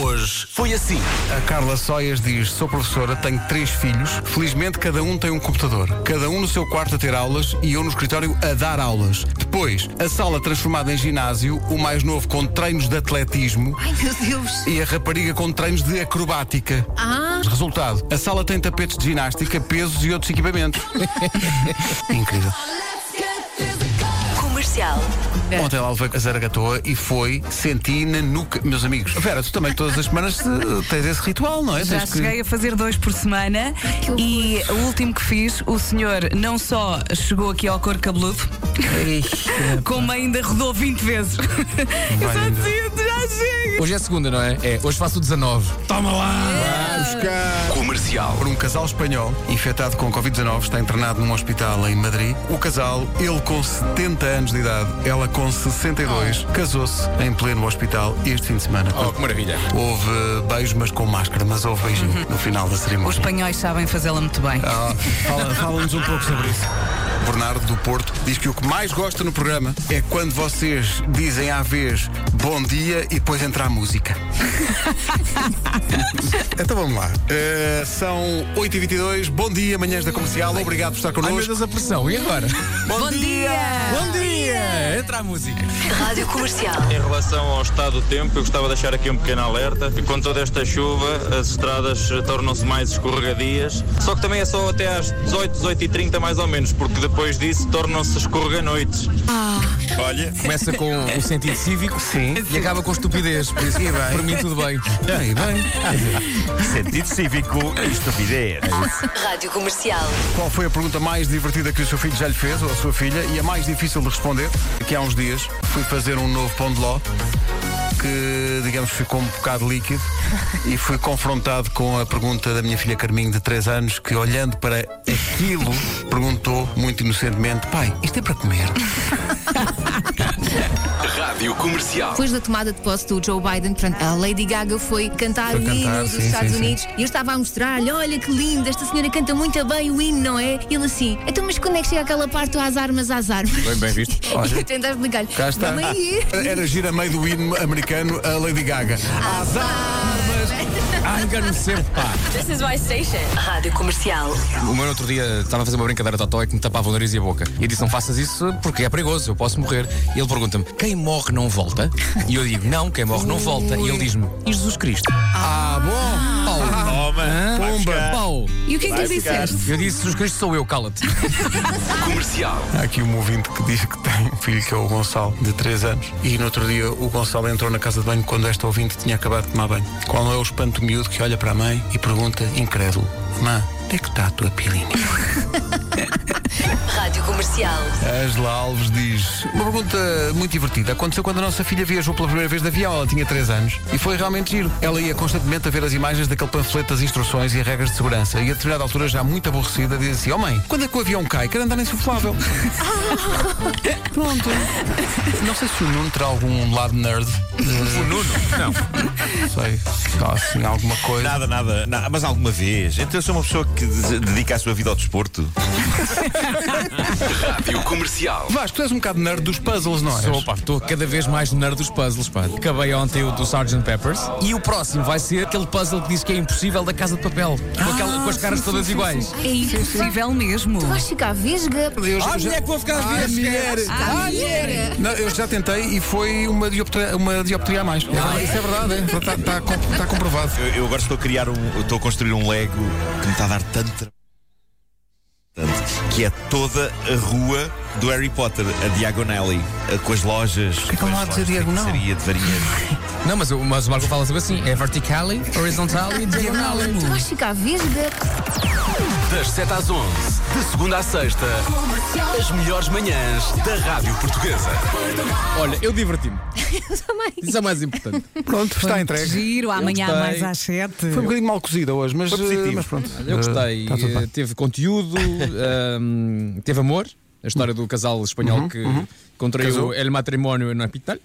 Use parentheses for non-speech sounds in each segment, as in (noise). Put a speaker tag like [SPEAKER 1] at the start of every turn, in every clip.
[SPEAKER 1] Hoje foi assim.
[SPEAKER 2] A Carla Soias diz: Sou professora, tenho três filhos. Felizmente, cada um tem um computador. Cada um no seu quarto a ter aulas e eu no escritório a dar aulas. Depois, a sala transformada em ginásio, o mais novo com treinos de atletismo
[SPEAKER 3] Ai, meu Deus.
[SPEAKER 2] e a rapariga com treinos de acrobática.
[SPEAKER 3] Ah,
[SPEAKER 2] Resultado: a sala tem tapetes de ginástica, pesos e outros
[SPEAKER 3] (laughs)
[SPEAKER 2] equipamentos. Incrível.
[SPEAKER 4] Comercial.
[SPEAKER 3] É.
[SPEAKER 2] Ontem lá levei a Zaragatoa e foi, senti na nuca. Meus amigos, Vera, tu também todas as semanas eh, tens esse ritual, não é?
[SPEAKER 5] Já
[SPEAKER 2] Tens que-
[SPEAKER 5] cheguei a fazer dois por semana e o último que fiz, o senhor não só chegou aqui ao cor cabeludo, (laughs) como ainda rodou 20 vezes. Eu só
[SPEAKER 2] ainda.
[SPEAKER 5] dizia, já chega.
[SPEAKER 6] Hoje é segunda, não é? É, hoje faço o 19.
[SPEAKER 1] Comercial.
[SPEAKER 2] Por um casal espanhol infectado com Covid-19 está internado num hospital em Madrid. O casal, ele com 70 anos de idade, ela com 62, casou-se em pleno hospital este fim de semana.
[SPEAKER 6] Ah. Oh, que maravilha. Uhum.
[SPEAKER 2] Houve eh, beijos, mas com máscara, mas houve beijinho no final da
[SPEAKER 5] Os
[SPEAKER 2] cerimónia.
[SPEAKER 5] espanhóis sabem fazê-la muito bem.
[SPEAKER 2] Ah, fala- Fala-nos um pouco sobre isso. Bernardo do Porto diz que o que mais gosta no programa é quando vocês dizem à vez bom dia e depois entra a música. então vamos lá. Eh, são 8h22, bom dia, manhãs da comercial, obrigado por estar
[SPEAKER 6] Ai, meu
[SPEAKER 2] connosco.
[SPEAKER 6] Deus, a pressão. E agora?
[SPEAKER 5] Bom dia!
[SPEAKER 6] Bom dia! Entra a música.
[SPEAKER 4] Rádio Comercial.
[SPEAKER 7] Em relação ao estado do tempo, eu gostava de deixar aqui um pequeno alerta. que Com toda esta chuva, as estradas eh, tornam-se mais escorregadias. Só que também é só até às 18, 18 e 30 mais ou menos, porque depois disso tornam-se escorreganoites.
[SPEAKER 1] Olha,
[SPEAKER 6] Começa com o sentido cívico Sim. e acaba com estupidez. Por isso, para mim, tudo bem.
[SPEAKER 2] Bem, bem.
[SPEAKER 1] sentido cívico e estupidez.
[SPEAKER 4] Rádio Comercial.
[SPEAKER 2] Qual foi a pergunta mais divertida que o seu filho já lhe fez, ou a sua filha, e a mais difícil de responder? Que há uns dias fui fazer um novo pão de ló que, digamos, ficou um bocado líquido e fui confrontado com a pergunta da minha filha Carminho, de 3 anos, que olhando para aquilo, perguntou muito inocentemente: Pai, isto é para comer?
[SPEAKER 1] Rádio Comercial.
[SPEAKER 3] Depois da tomada de posse do Joe Biden, portanto, a Lady Gaga foi cantar
[SPEAKER 2] Foi
[SPEAKER 3] o hino
[SPEAKER 2] cantar,
[SPEAKER 3] dos
[SPEAKER 2] sim,
[SPEAKER 3] Estados
[SPEAKER 2] sim,
[SPEAKER 3] Unidos e eu estava a mostrar-lhe: olha que lindo, esta senhora canta muito bem o hino, não é? E ele assim: então, mas quando é que chega aquela parte do às armas, às armas?
[SPEAKER 6] Bem, bem visto.
[SPEAKER 3] (laughs) E eu tentava explicar-lhe:
[SPEAKER 2] Cá está.
[SPEAKER 3] "Calma aí."
[SPEAKER 2] Era gira meio do hino americano a Lady Gaga.
[SPEAKER 6] Ah, enganeceu, pá.
[SPEAKER 4] This is my station. Rádio Comercial.
[SPEAKER 6] O meu outro dia estava a fazer uma brincadeira totó e que me tapava o nariz e a boca. E eu disse: Não faças isso porque é perigoso, eu posso morrer. E ele pergunta-me: Quem morre não volta? E eu digo: Não, quem morre não volta. E ele diz-me: E Jesus Cristo?
[SPEAKER 2] Ah, bom!
[SPEAKER 6] Pau! Hã?
[SPEAKER 1] Vai
[SPEAKER 6] Pumba!
[SPEAKER 1] buscar.
[SPEAKER 6] Pau!
[SPEAKER 5] E o que é que tu disseste?
[SPEAKER 6] Eu disse: Jesus Cristo sou eu, cala-te.
[SPEAKER 1] Comercial.
[SPEAKER 2] Há aqui um ouvinte que diz que tem um filho que é o Gonçalo, de 3 anos, e no outro dia o Gonçalo entrou na casa de banho quando esta ouvinte tinha acabado de tomar banho. Qual é o espanto miúdo que olha para a mãe e pergunta, incrédulo, Mãe, onde é que está a tua pilinha?
[SPEAKER 4] Rádio Comercial.
[SPEAKER 2] Angela Alves diz, uma pergunta muito divertida. Aconteceu quando a nossa filha viajou pela primeira vez de avião, ela tinha 3 anos, e foi realmente giro. Ela ia constantemente a ver as imagens daquele panfleto das instruções e as regras de segurança, e a determinada altura, já muito aborrecida, diz assim, oh mãe, quando é que o avião cai? Quero andar insuflável. Pronto. Não sei se o Nuno terá algum lado nerd.
[SPEAKER 1] O Nuno? Não.
[SPEAKER 2] Não sei. Há, assim, alguma coisa.
[SPEAKER 1] Nada, nada, na- Mas alguma vez. Então eu sou uma pessoa que des- dedica a sua vida ao desporto. Rádio Comercial.
[SPEAKER 2] Vasco, tu és um bocado nerd dos puzzles, não é?
[SPEAKER 6] Sou, pá, estou cada vez mais nerd dos puzzles, pá. Acabei ontem o do Sgt. Peppers e o próximo vai ser aquele puzzle que diz que é impossível da casa de papel. Com, aquela- com as caras todas iguais.
[SPEAKER 5] É impossível mesmo.
[SPEAKER 3] Tu vais ficar vesga.
[SPEAKER 2] Eu já-
[SPEAKER 6] Ah, mulher que vou ficar a
[SPEAKER 2] Ah,
[SPEAKER 6] ver.
[SPEAKER 2] mulher.
[SPEAKER 3] Ah, mulher.
[SPEAKER 2] Não, eu já tentei e foi uma dioptria, uma dioptria a mais. É verdade, isso é verdade, está comprovado.
[SPEAKER 1] Eu, eu agora estou a criar um. eu Estou a construir um Lego que me está a dar tanto tra- tanto, que é toda a rua do Harry Potter, a Diagon Alley, a- com as lojas. O
[SPEAKER 2] que é que
[SPEAKER 1] com
[SPEAKER 2] não há
[SPEAKER 1] as
[SPEAKER 2] de dizer
[SPEAKER 1] lojas,
[SPEAKER 2] diagonal?
[SPEAKER 1] de pizzaria, de varinhas.
[SPEAKER 6] Não, mas, o- mas o Marco fala sempre assim: é vertically, horizontally, diagonally.
[SPEAKER 3] Tu vais ficar vesga.
[SPEAKER 8] Das 7 às 11, de segunda à sexta, as melhores manhãs da Rádio Portuguesa.
[SPEAKER 6] Olha, eu diverti-me. Isso é o mais importante.
[SPEAKER 2] Pronto, está entregue.
[SPEAKER 5] Giro, amanhã há
[SPEAKER 6] gostei.
[SPEAKER 5] mais às 7.
[SPEAKER 2] Foi um bocadinho mal cozida hoje, mas,
[SPEAKER 1] positivo.
[SPEAKER 2] eh, mas pronto.
[SPEAKER 6] Olha, Eu gostei.
[SPEAKER 2] Está tudo
[SPEAKER 6] Eh,
[SPEAKER 2] bem.
[SPEAKER 6] teve conteúdo, ehm, teve amor. A história do casal espanhol que contraiu
[SPEAKER 2] Casou.
[SPEAKER 6] o el matrimónio no hospital.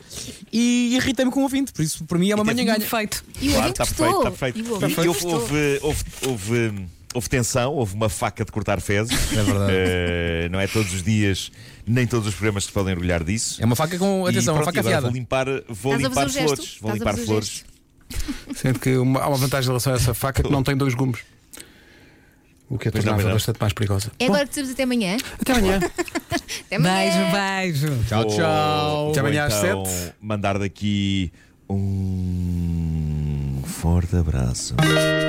[SPEAKER 6] E irritei-me com o ouvinte, por isso, para mim, é uma manhã ganha.
[SPEAKER 5] Feito.
[SPEAKER 3] E o
[SPEAKER 1] Claro,
[SPEAKER 2] tá
[SPEAKER 3] ouvinte
[SPEAKER 1] está perfeito,
[SPEAKER 3] gostou.
[SPEAKER 1] está perfeito.
[SPEAKER 3] E o ouvinte
[SPEAKER 1] E houve,
[SPEAKER 3] gostou.
[SPEAKER 1] houve, houve, houve, houve tensão, houve uma faca de cortar fezes.
[SPEAKER 6] É verdade.
[SPEAKER 1] Eh, não é todos os dias, nem todos os programas se podem orgulhar disso.
[SPEAKER 6] É uma faca com.
[SPEAKER 1] E
[SPEAKER 6] Atenção, uma
[SPEAKER 1] pronto,
[SPEAKER 6] faca
[SPEAKER 1] e agora
[SPEAKER 6] afiada.
[SPEAKER 1] Vou limpar, vou
[SPEAKER 3] Estás a
[SPEAKER 1] limpar
[SPEAKER 3] fazer o um gesto?
[SPEAKER 1] flores. Vou
[SPEAKER 3] Estás a
[SPEAKER 1] limpar
[SPEAKER 3] fazer o
[SPEAKER 1] flores.
[SPEAKER 3] gesto?
[SPEAKER 2] Sendo eh, que uma- há uma vantagem em relação a essa faca que não tem dois gumes. O que é a
[SPEAKER 1] Pois não,
[SPEAKER 2] tornava
[SPEAKER 1] pois não.
[SPEAKER 2] bastante mais perigosa.
[SPEAKER 3] É agora que dizemos até amanhã.
[SPEAKER 2] Até amanhã.
[SPEAKER 3] (laughs) Até amanhã.
[SPEAKER 5] Beijo, beijo.
[SPEAKER 2] tchau, tchau. Até amanhã às
[SPEAKER 1] Ou então,
[SPEAKER 2] sete.
[SPEAKER 1] Mandar daqui um forte abraço.